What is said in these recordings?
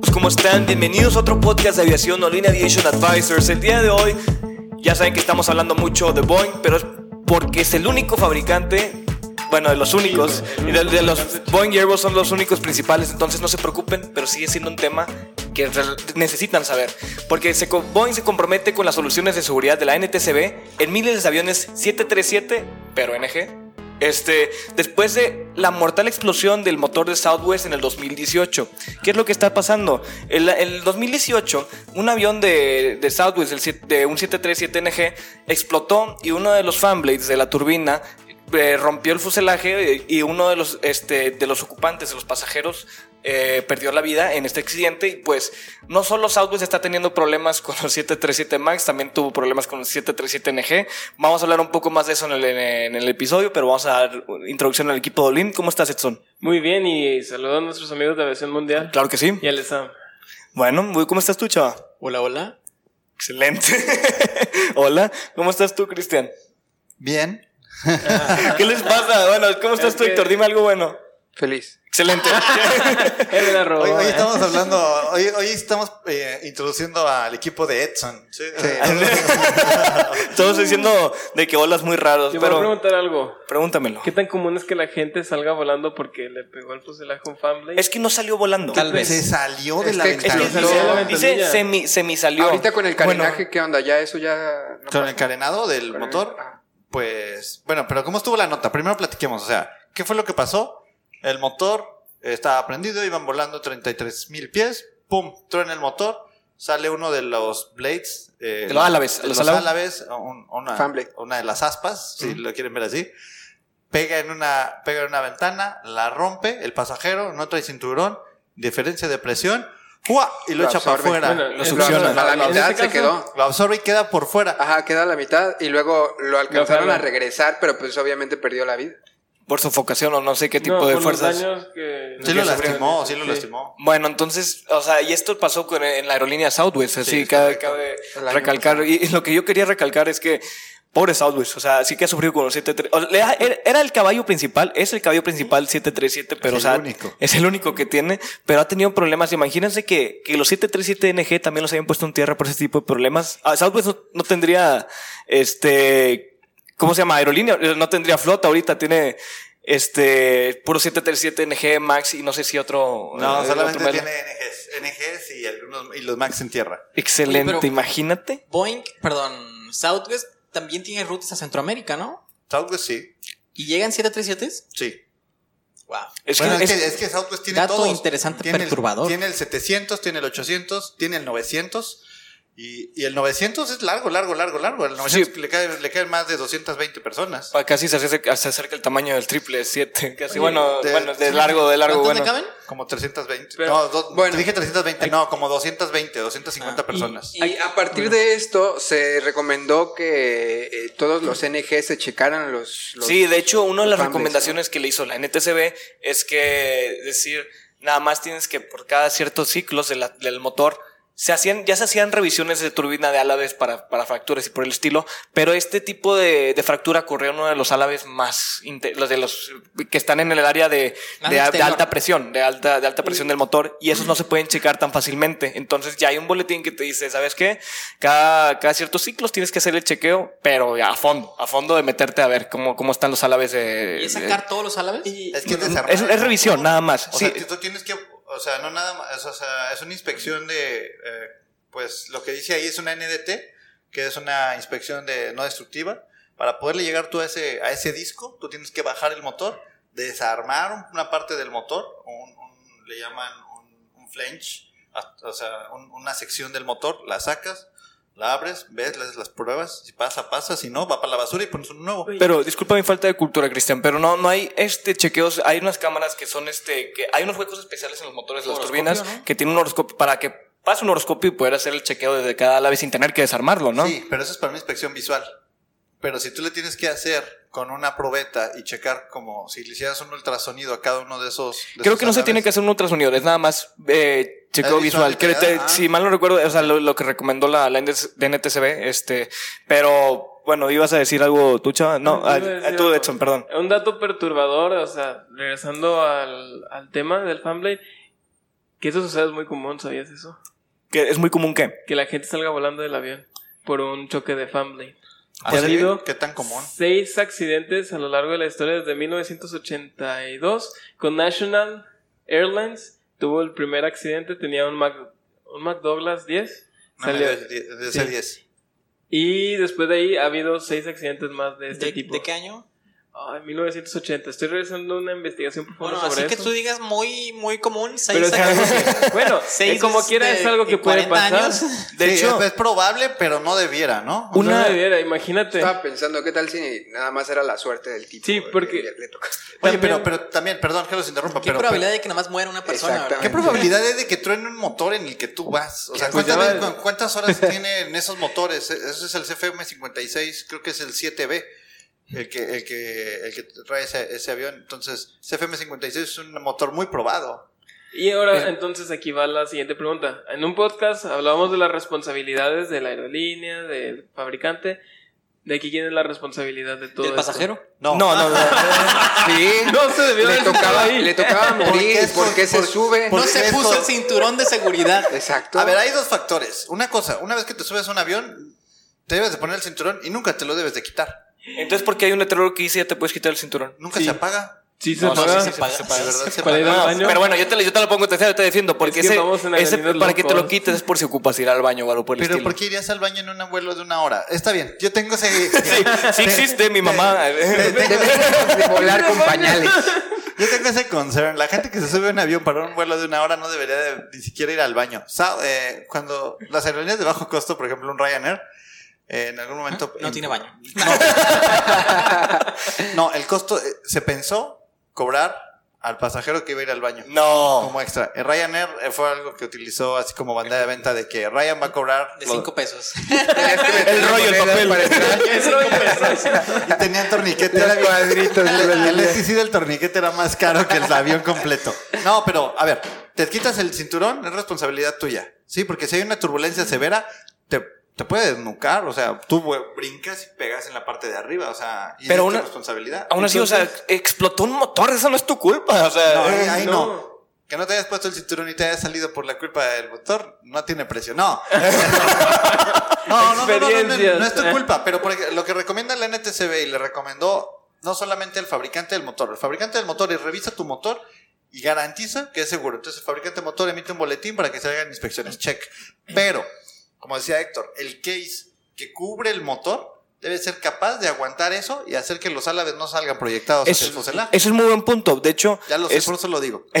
Pues ¿Cómo están? Bienvenidos a otro podcast de aviación All In Aviation Advisors. El día de hoy, ya saben que estamos hablando mucho de Boeing, pero es porque es el único fabricante, bueno, de los únicos, y de, de los Boeing y Airbus son los únicos principales, entonces no se preocupen, pero sigue siendo un tema que re- necesitan saber, porque se co- Boeing se compromete con las soluciones de seguridad de la NTCB en miles de aviones 737, pero NG, este, después de la mortal explosión del motor de Southwest en el 2018, ¿qué es lo que está pasando? En la- en el 2018, un avión de, de Southwest, el siete- de un 737NG, explotó y uno de los fanblades de la turbina eh, rompió el fuselaje eh, y y uno de los, este, de los ocupantes, de los pasajeros, eh, perdió la vida en este accidente. Y pues, no solo Southwest está teniendo problemas con los 737 MAX, también tuvo problemas con el 737NG. Vamos a hablar un poco más de eso en el, en el episodio, pero vamos a dar introducción al equipo de Olin. ¿Cómo estás, Edson? Muy bien, y saludo a nuestros amigos de Aviación Mundial Claro que sí. y al Sam. Bueno, muy- ¿cómo estás tú, chava? Hola, hola. Excelente. Hola, ¿cómo estás tú, Cristian? Bien. ¿Qué les pasa? Bueno, ¿cómo estás Es tú, que- Héctor? Dime algo bueno. Feliz. Excelente. Él me la robó. Hoy, hoy eh. estamos hablando, hoy, hoy estamos eh, introduciendo al equipo de Edson. Sí. Todos diciendo de que olas muy raros, Te voy a pero preguntar algo. pregúntamelo. ¿Qué tan común es que la gente salga volando porque le pegó el fuselaje a un fanblade? Es que no salió volando. Tal vez. Se salió de Es la que- es que Es que ventana. Claro, salió de la dice, dice ventanilla. semi, semi salió. Ahorita con el Bueno, carenaje, ¿qué onda? Ya eso ya. no Con pasa. el carenado del Con el- motor, ah. pues, bueno, pero ¿cómo estuvo la nota? Primero platiquemos, o sea, ¿qué fue lo que pasó? El motor estaba prendido, iban volando 33 mil pies, pum, truena el motor, sale uno de los blades. eh, De los álabes, de los los álabes. álabes, un- una, Fan blade. una de las aspas, si Ujú. lo quieren ver así. Pega en, una, pega en una ventana, la rompe, el pasajero no trae cinturón, diferencia de presión, ¡juá! y lo, Lo echa para absorbe. afuera. Bueno, lo es- succiona. A la en mitad este se caso, quedó. Lo absorbe y queda por fuera. Ajá, queda a la mitad y luego lo alcanzaron Lo a jala. regresar, pero pues obviamente perdió la vida. por sofocación o no sé qué tipo no, de por los fuerzas. daños que- Sí lo lastimó, sí lo lastimó. Bueno, entonces, o sea, y esto pasó con, en la aerolínea Southwest, así es cabe, correcto. cabe El año recalcar. Y, y lo que yo quería recalcar es que, pobre Southwest, o sea, sí que ha sufrido con los 737. o sea, era- Era el caballo principal, es el caballo principal 737, pero el o sea, único. es el único que tiene, pero ha tenido problemas. Imagínense que, que los 737NG también los habían puesto en tierra por ese tipo de problemas. Ah, Southwest no, no tendría, este, ¿cómo se llama? Aerolínea, eh, no tendría flota ahorita, tiene... Este, puro 737NG Max y no sé si otro. eh, No, otro solamente modelo. tiene NGs, NGs y, algunos, y los Max en tierra. Excelente, Oye, pero- imagínate. Boeing, perdón, Southwest también tiene rutas a Centroamérica, ¿no? Southwest pues, sí, ¿Y llegan 737s? sí. Wow. Es Bueno, que, es, es- que, es que Southwest tiene Dato todos. interesante, Tiene el- perturbador. tiene el 700, tiene el 800, tiene el 900. Y, y el 900 es largo, largo, largo, largo. El 900 le, cae, le caen más de 220 personas. casi se acerca, se acerca el tamaño del triple 7. Casi, Oye, bueno, de- bueno, de largo, de largo, ¿Cuántos bueno. le caben? Como 320. Pero- no, do- bueno. te dije 320. No, como 220, 250 Ah, personas. y- Y a partir de esto se recomendó que eh, todos los NG se checaran los. los- Sí, de hecho, una de los las fanbases, recomendaciones que le hizo la NTCB es que decir, nada más tienes que por cada ciertos ciclos de la- del motor, se hacían, ya se hacían revisiones de turbina de álabes para, para fracturas y por el estilo, pero este tipo de, de fractura ocurrió en uno de los álabes más, inte- los de los que están en el área de, Más de a- de exterior. alta presión, de alta, de alta presión del motor, y esos no se pueden checar tan fácilmente. Entonces ya hay un boletín que te dice, ¿sabes qué? Cada, cada ciertos ciclos tienes que hacer el chequeo, pero a fondo, a fondo de meterte a ver cómo, cómo están los álabes de... ¿Y es de- sacar todos los árabes? Es que es desarmar. es, es revisión, nada más. O Sí. sea, que tú tienes que, o sea, no nada más, o sea, es una inspección de, eh, pues lo que dice ahí es una NDT, que es una inspección de no destructiva, Para poderle llegar tú a ese, a ese disco, tú tienes que bajar el motor, desarmar una parte del motor, un- un- le llaman un, un flange, a- o sea, un- una sección del motor, la sacas, la abres, ves, le haces las pruebas, si pasa, pasa, si no, va para la basura y pones un nuevo. Pero disculpa mi falta de cultura, Cristian, pero no, no hay este chequeos, hay unas cámaras que son este, que hay unos huecos especiales en los motores de las Horoscopio, turbinas ¿no? que tienen un horoscopio para que pase un horoscopio y poder hacer el chequeo desde cada ave sin tener que desarmarlo, ¿no? Sí, pero eso es para una inspección visual. Pero si tú le tienes que hacer con una probeta y checar como si le hicieras un ultrasonido a cada uno de esos. de Creo esos que no se alambres. tiene que hacer un ultrasonido, es nada más eh, chequeo Es visual, visual. que te- ¿verdad? Ah. Si mal no recuerdo, o sea, lo, lo que recomendó la, la NTCB, este, pero bueno, ibas a decir algo tú, chava. No, Yo ah, iba a decir tú, algo. Edson, perdón. Un dato perturbador, o sea, regresando al, al tema del fanblade, que eso sucede es muy común, ¿sabías eso? Que es muy común que. Que la gente salga volando del avión por un choque de fanblade. ¿Ah, ¿Te ha sí? habido? ¿Qué tan común? Seis accidentes a lo largo de la historia desde 1982 con National Airlines. Tuvo el primer accidente, tenía un Mac, un McDouglas 10. No, salió- de- de- de ese sí. 10. Y después de ahí ha habido seis accidentes más de este ¿De, tipo. de qué año? Ay, 1980. Estoy realizando una investigación profunda Bueno, sobre así que eso. tú digas muy, muy común. Seis Pero es algo que- bueno, seis como quiera este, es algo que en puede 40 pasar. años. De Sí, hecho, es, es probable, pero no debiera, ¿no? Un- Una- Una debiera, imagínate. Estaba pensando, ¿qué tal si nada más era la suerte del tipo? Sí, güey, porque- que Le tocaste? Oye, también- pero, pero también, perdón que los interrumpa, ¿Qué pero. probabilidad de que nada más muera una persona? Exactamente. ¿Qué probabilidad es de que truene un motor en el que tú vas? O sea, Pues ¿cuántas, ya veces- va- cu- cuántas horas tienen esos motores? E- Ese es el CFM56, creo que es el 7B, el que, el que, el que trae ese, ese avión. Entonces, CFM56 es un motor muy probado. Y ahora entonces aquí va la siguiente pregunta. En un podcast hablábamos de las responsabilidades de la aerolínea, del fabricante. De aquí quién es la responsabilidad de todo. ¿Del esto? pasajero? No, no, no, no. Sí, No se debió le haber sentado tocaba, ahí. le tocaba morir, es- ¿por qué se por- sube? por- No se esto- puso el cinturón de seguridad. Exacto. A ver, hay dos factores. Una cosa, una vez que te subes a un avión, te debes de poner el cinturón y nunca te lo debes de quitar. Entonces, porque hay un letrero que dice ya te puedes quitar el cinturón? Nunca se apaga. Sí, se No, no, paga. sí, se paga, se De paga. verdad se Para ir apaga. al No, baño. Pero bueno, yo te, lo- yo te lo pongo tercero, te defiendo, porque Es que ese, vamos en ese avenidas para que te lo locos. quites es por si ocupas ir al baño o algo por el Pero estilo. ¿por qué irías al baño en un vuelo de una hora? Está bien, yo tengo ese... Sí, sí existe mi mamá. Te- tengo- Debes volar con pañales. Yo tengo ese concern. La gente que se sube a un avión para un vuelo de una hora no debería de- ni siquiera ir al baño. Sa- eh, cuando las aerolíneas de bajo costo, por ejemplo, un Ryanair, eh, en algún momento. No tiene baño. No, el costo eh, se pensó cobrar al pasajero que iba a ir al baño. No. Como extra. Eh, Ryanair eh, fue algo que utilizó así como bandera de venta de que Ryan va a cobrar De lo- 5 pesos. Tenías que meter El rollo, el monedas papel. para entrar. y tenían torniquete. Los cuadritos. El, güey. el STC del torniquete era más caro que el avión completo. No, pero a ver, te quitas el cinturón, es responsabilidad tuya. Sí, porque si hay una turbulencia severa, te, te puede desnucar. O sea, tú güey, brincas y pegas en la parte de arriba. O sea, y Pero es tu una- responsabilidad. Aún así, o sea, explotó un motor, eso no es tu culpa. O sea, eh, No, ahí, ahí no. no. Que no te hayas puesto el cinturón y te hayas salido por la culpa del motor, no tiene precio. No. no, no, no, no, no, no, no, no es tu culpa. Pero por ej- lo que recomienda la NTCB y le recomendó no solamente al fabricante del motor, el fabricante del motor es revisa tu motor y garantiza que es seguro. Entonces el fabricante del motor emite un boletín para que se hagan inspecciones, check. Pero, como decía Héctor, el case que cubre el motor debe ser capaz de aguantar eso y hacer que los álabes no salgan proyectados hacia es- el fuselaje. eso es muy buen punto. De hecho, ya lo sé, es- por eso lo digo.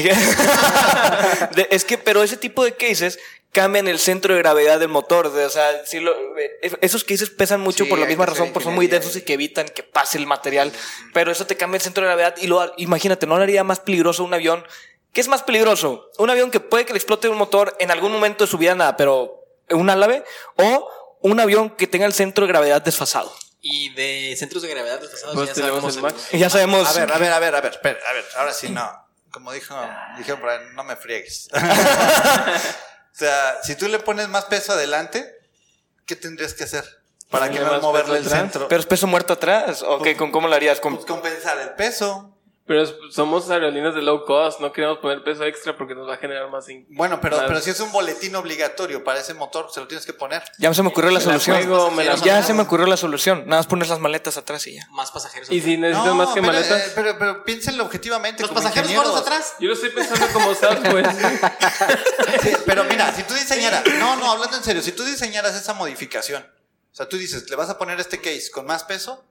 De- es que, pero ese tipo de cases cambian el centro de gravedad del motor. de- o sea, si lo- eh, esos cases pesan mucho Sí, por la hay misma que hacer razón, porque son muy ingeniería densos y y- que evitan que pase el material. Pero eso te cambia el centro de gravedad y lo ha- imagínate, ¿no lo haría más peligroso un avión? ¿Qué es más peligroso? Un avión que puede que le explote un motor en algún momento de su vida, nada, pero un álabe, o un avión que tenga el centro de gravedad desfasado. Y de centros de gravedad desfasados Pues ya tenemos sabemos el el Max. Y ya sabemos. A ver, a ver, a ver, a ver, espera, a ver, ahora sí no. Como dijo, dijeron por ahí, no me friegues. o sea, si tú le pones más peso adelante, ¿qué tendrías que hacer? Para que Ponerle no más moverle el peso atrás. centro. Pero es peso muerto atrás, o qué, ¿Con cómo lo harías? ¿Con- Pues compensar el peso. Pero es- somos aerolíneas de low cost, no queremos poner peso extra porque nos va a generar más. in- Bueno, pero, más- pero si es un boletín obligatorio para ese motor, se lo tienes que poner. Ya se me ocurrió la Me la solución. juego, me la ya juego. se me ocurrió la solución. Nada más pones las maletas atrás y ya. Más pasajeros. Y si necesitas No, más que pero, maletas. eh, pero, pero piénsenlo objetivamente. ¿Los como pasajeros ingenieros. gordos atrás? Yo lo estoy pensando como pues. Southwest. Sí, pero mira, si tú diseñaras, no, no, hablando en serio, si tú diseñaras esa modificación, o sea, tú dices, le vas a poner este case con más peso,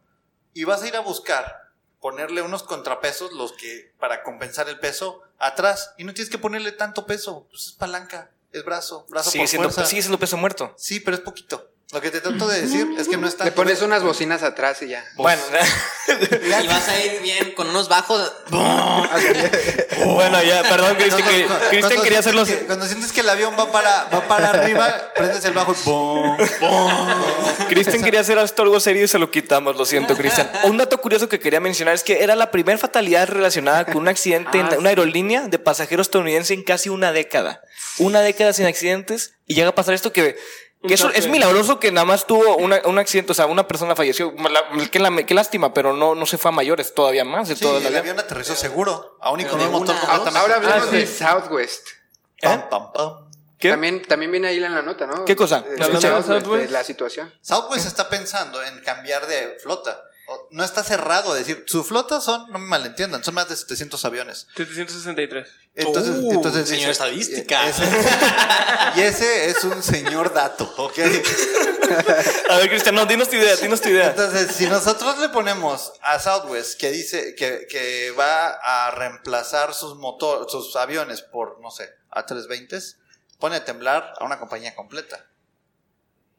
y vas a ir a buscar ponerle unos contrapesos los que para compensar el peso atrás y no tienes que ponerle tanto peso, pues es palanca, es brazo, brazo Sigue por siendo, fuerza. sigue siendo peso muerto. Sí, pero es poquito. Lo que te trato de decir es que no es tanto. Le pones unas bocinas atrás y ya. Bueno, Y vas a ir bien con unos bajos. bueno, ya, perdón, Cristian. que- Cuando- Cristian cuando quería hacerlo. sientes que- Cuando sientes que el avión va para, va para arriba, prendes el bajo y ¡pum! Cristian quería hacer esto algo serio y se lo quitamos, lo siento, Cristian. Un dato curioso que quería mencionar es que era la primera fatalidad relacionada con un accidente Ah, en sí. una aerolínea de pasajeros estadounidense en casi una década. Una década sin accidentes y llega a pasar esto que... que eso es Entonces- milagroso que nada más tuvo una- un accidente, o sea, una persona falleció. La- Qué, la- qué lástima, pero no, no se fue a mayores todavía más. de Sí, todo el el avión. avión aterrizó seguro, aún y Pero con de un motor una a dos. completamente. Ahora Ah, hablemos sí. de Southwest. Pam, pam, pam. ¿Qué? También, también viene ahí en la nota, ¿no? ¿Qué cosa? Eh, ¿La de nota de Southwest, Southwest? de la situación. Southwest está pensando en cambiar de flota. O- No está cerrado a decir, su flota son, no me malentiendan, son más de 700 aviones. 763. Entonces, Uh, entonces señor dice- estadística. Ese- y ese es un señor dato, ¿ok? A ver, Cristian, no, dinos tu idea, dinos tu idea. Entonces, si nosotros le ponemos a Southwest que dice que, que va a reemplazar sus motor, sus aviones por, no sé, A320s, pone a temblar a una compañía completa.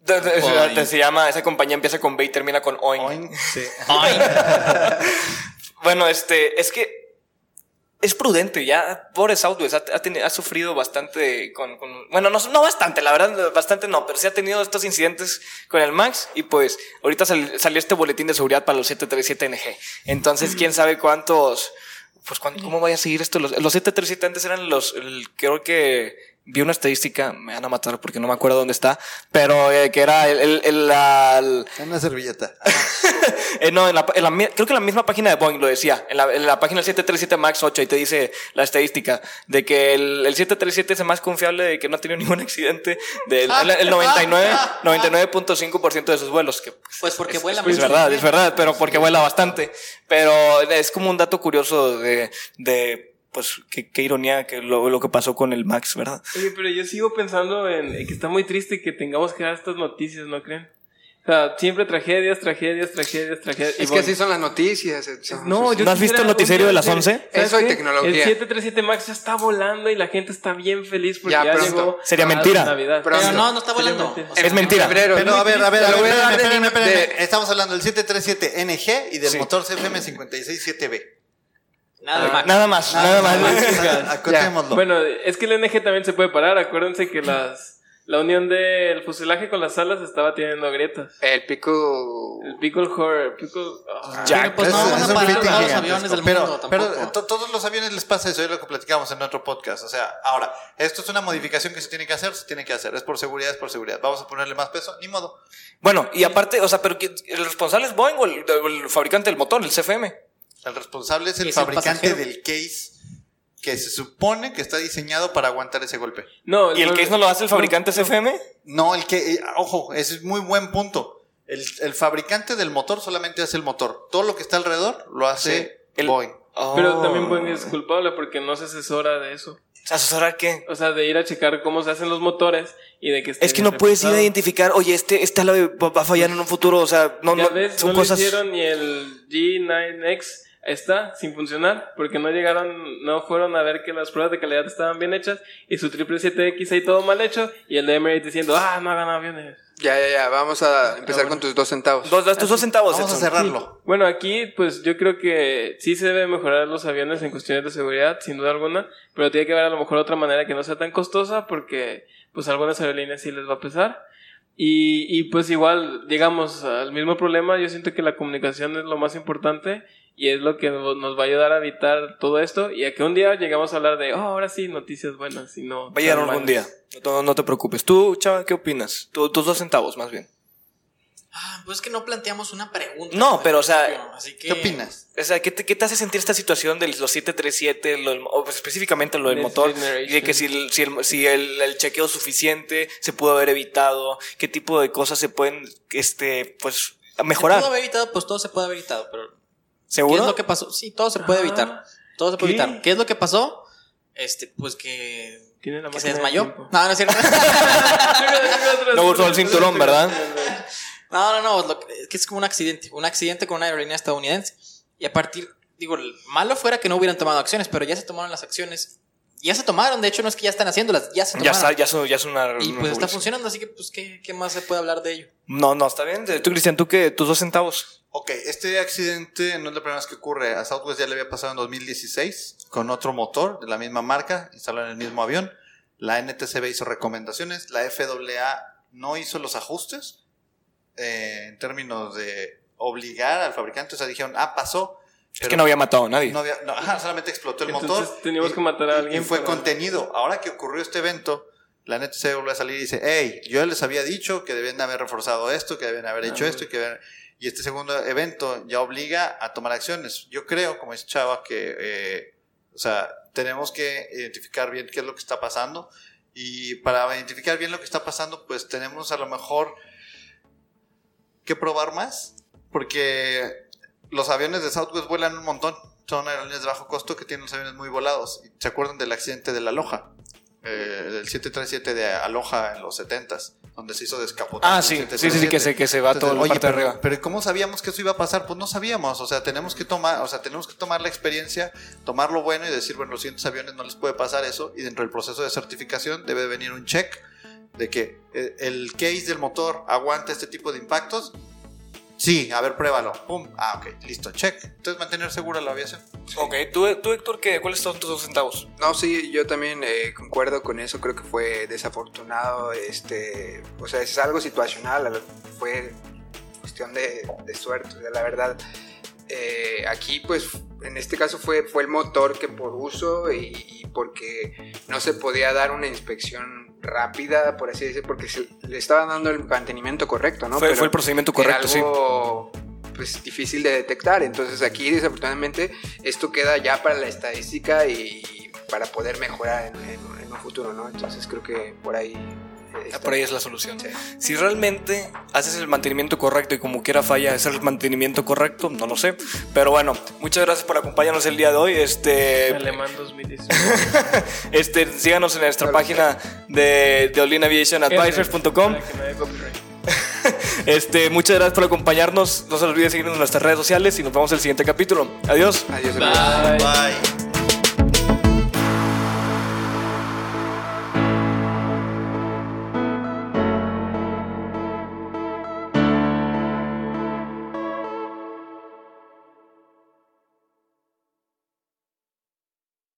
Te- te- Oin. te- Se llama, esa compañía empieza con B y termina con Oin. Oin, sí. Bueno, este, es que es prudente, ya. Pobre Southwest ha, ha teni- ha sufrido bastante con, con- Bueno, no, no bastante, la verdad, bastante no, pero sí ha tenido estos incidentes con el Max y pues ahorita sal- salió este boletín de seguridad para los 737NG. Entonces, quién sabe cuántos... Pues cuán- cómo vaya a seguir esto. Los, los 737 antes eran los... el- creo que vi una estadística, me van a matar porque no me acuerdo dónde está, pero eh, que era el... el- el- la- el- Una servilleta. eh, no, en la, en la mi- creo que en la misma página de Boeing lo decía, en la, en la página del 737 MAX 8, y te dice la estadística de que el, el 737 es el más confiable de que no ha tenido ningún accidente, del el, el 99 99.5% de sus vuelos, que Pues porque vuela es mucho. verdad, es verdad, pero porque vuela bastante. Pero es como un dato curioso de, de pues, qué, qué ironía que lo, lo que pasó con el MAX, ¿verdad? Oye, pero yo sigo pensando en en que está muy triste que tengamos que dar estas noticias, ¿no creen? O sea, siempre tragedias, tragedias, tragedias, tragedias. y Es que bueno. así son las noticias. eh, son- son- ¿No has quisiera visto el noticiero de las algún día 11? decir, ¿sabes Eso y qué? tecnología. El 737 Max ya está volando y la gente está bien feliz porque ya, Ya pronto. llegó. Sería a la mentira. Navidad. Pronto. Pero no, no está volando. Sería O sea, Es mentira. febrero, Pero muy a ver, a ver, a triste. ver, Lo voy a espérame, dar de- espérame, espérame. de- Estamos hablando del 737NG y del Sí. motor CFM567B. nada más. Nada más, Ah, nada, Ah, más. más. Acotémoslo. Bueno, es que el NG también se puede parar. Acuérdense que las la unión del fuselaje con las alas estaba teniendo grietas. El pico. El pickle horror, pickle... ah. Ya. Pero pues Es- no es vamos a un parar fleeting todos los gigantesco. aviones del pero, mundo pero tampoco. to- todos los aviones les pasa eso, es lo que platicamos en nuestro podcast. O sea, ahora, esto es una modificación que se tiene que hacer, se tiene que hacer. Es por seguridad, es por seguridad. Vamos a ponerle más peso, ni modo. Bueno, y aparte, o sea, pero que- ¿el responsable es Boeing o el- el fabricante del motor, el CFM? El responsable es el Es el fabricante pasajero. del case que se supone que está diseñado para aguantar ese golpe. No, ¿Y el case no lo hace el fabricante CFM? No, el que, eh, ojo, ese es muy buen punto. El, el fabricante del motor solamente hace el motor. Todo lo que está alrededor lo hace Sí, el- Boeing. Pero también Boeing es culpable porque no se asesora de eso. ¿Asesorar qué? O sea, de ir a checar cómo se hacen los motores y de que Es que no puedes ir a identificar, oye, este, este ala va va a fallar en un futuro, o sea, no, Ya no, ves, son no cosas... le hicieron ni el G9X está sin funcionar porque no llegaron, no fueron a ver que las pruebas de calidad estaban bien hechas y su 777X ahí todo mal hecho y el de Emirates diciendo, ah, no hagan aviones. Ya, ya, ya. Vamos a empezar bueno. con tus dos centavos. Dos, das tus dos centavos, Vamos a Edson. cerrarlo. Bueno, aquí pues yo creo que sí se debe mejorar los aviones en cuestiones de seguridad, sin duda alguna, pero tiene que haber a lo mejor otra manera que no sea tan costosa porque pues a algunas aerolíneas sí les va a pesar. Y, y pues igual llegamos al mismo problema, yo siento que la comunicación es lo más importante y es lo que no- nos va a ayudar a evitar todo esto y a que un día llegamos a hablar de, oh, ahora sí, noticias buenas y no... Va a llegar tan algún malas". día, no, no te preocupes. Tú, chava, ¿qué opinas? Tú- tus dos centavos, más bien. Ah, Pues es que no planteamos una pregunta. No, desde pero, o sea, principio, así que- ¿Qué opinas? O sea, ¿qué te, qué te hace sentir esta situación de los 737, lo del- o pues, específicamente lo del Next motor? generation. Y de que si, el- si, el, si el, el chequeo suficiente se pudo haber evitado, qué tipo de cosas se pueden, este, pues, Se mejorar. pudo haber evitado, pues todo se puede haber evitado, pero ¿qué ¿Seguro? es lo que pasó? Sí, todo se puede evitar. Ah, Todo se puede ¿Qué? evitar. ¿Qué es lo que pasó? Este, pues que tiene la que se máquina del desmayó. tiempo. No, no es cierto. No usó el cinturón, ¿verdad? No, no, no, lo que- es que es como un accidente, un accidente con una aerolínea estadounidense. Y a partir, digo, el malo fuera que no hubieran tomado acciones, pero ya se tomaron las acciones. Ya se tomaron, de hecho no es que ya están haciéndolas, ya se Ya, tomaron. está, ya, es un- ya es una. y una pues está revolución. funcionando, así que pues ¿qué, qué más se puede hablar de ello. No, no, está bien. Eh, Tú, Cristian, tú que tus dos centavos. Ok, este accidente no es la primera vez que ocurre. A Southwest ya le había pasado en 2016 con otro motor de la misma marca, instalado en el mismo avión. La NTCB hizo recomendaciones, la FAA no hizo los ajustes eh, en términos de obligar al fabricante. O sea, dijeron, ah, pasó. es que no había matado a nadie. No había- no, ajá, solamente explotó el Entonces, motor. teníamos que matar a y- alguien Y fue para- contenido. Ahora que ocurrió este evento, la neta se volvió a salir y dice, hey, yo les había dicho que debían de haber reforzado esto, que debían de haber hecho Ah, esto, y que debían-". y este segundo evento ya obliga a tomar acciones. Yo creo, como dice Chava, que, eh, o sea, tenemos que identificar bien qué es lo que está pasando. Y para identificar bien lo que está pasando, pues tenemos a lo mejor que probar más, porque los aviones de Southwest vuelan un montón. Son aerolíneas de bajo costo que tienen los aviones muy volados. ¿Se acuerdan del accidente de la Aloha? Eh, el 737 de Aloha en los 70s, donde se hizo descapotar. Ah, el sí, sí, 737. sí, sí, que se, que se va Entonces, todo el oye, parte de pero- arriba. Pero ¿y ¿cómo sabíamos que eso iba a pasar? Pues no sabíamos. O sea, tenemos que tomar, o sea, tenemos que tomar la experiencia, tomar lo bueno y decir, bueno, los siguientes aviones no les puede pasar eso. Y dentro del proceso de certificación debe venir un check de que eh, el case del motor aguanta este tipo de impactos. Sí, a ver, pruébalo. Pum. Ah, ok, listo, check. Entonces mantener segura la aviación. Ok, tú, tú Héctor, ¿qué, ¿cuáles son tus dos centavos? No, sí, yo también eh, concuerdo con eso, creo que fue desafortunado, este, o sea, es algo situacional, a lo- fue cuestión de, de suerte, o sea, la verdad. Eh, aquí, pues, en este caso fue, fue el motor que por uso y, y porque no se podía dar una inspección rápida, por así decir, porque se- le estaban dando el mantenimiento correcto, ¿no? fue, Pero- fue el procedimiento correcto, era algo, pues difícil de detectar. Entonces aquí desafortunadamente esto queda ya para la estadística y para poder mejorar en, en- en un futuro, ¿no? Entonces creo que por ahí... eh, sí. está. Ah, Por ahí es la solución. Sí. Si realmente haces el mantenimiento correcto y como quiera falla, es el mantenimiento correcto, no lo sé. Pero bueno, muchas gracias por acompañarnos el día de hoy. Este, Alemán 2019. este, síganos en nuestra página de, de olinaviationadvisors.com. Para que no haya copyright. Este, muchas gracias por acompañarnos. No se olviden seguirnos en nuestras redes sociales y nos vemos en el siguiente capítulo. Adiós. Adiós. Bye. Bye.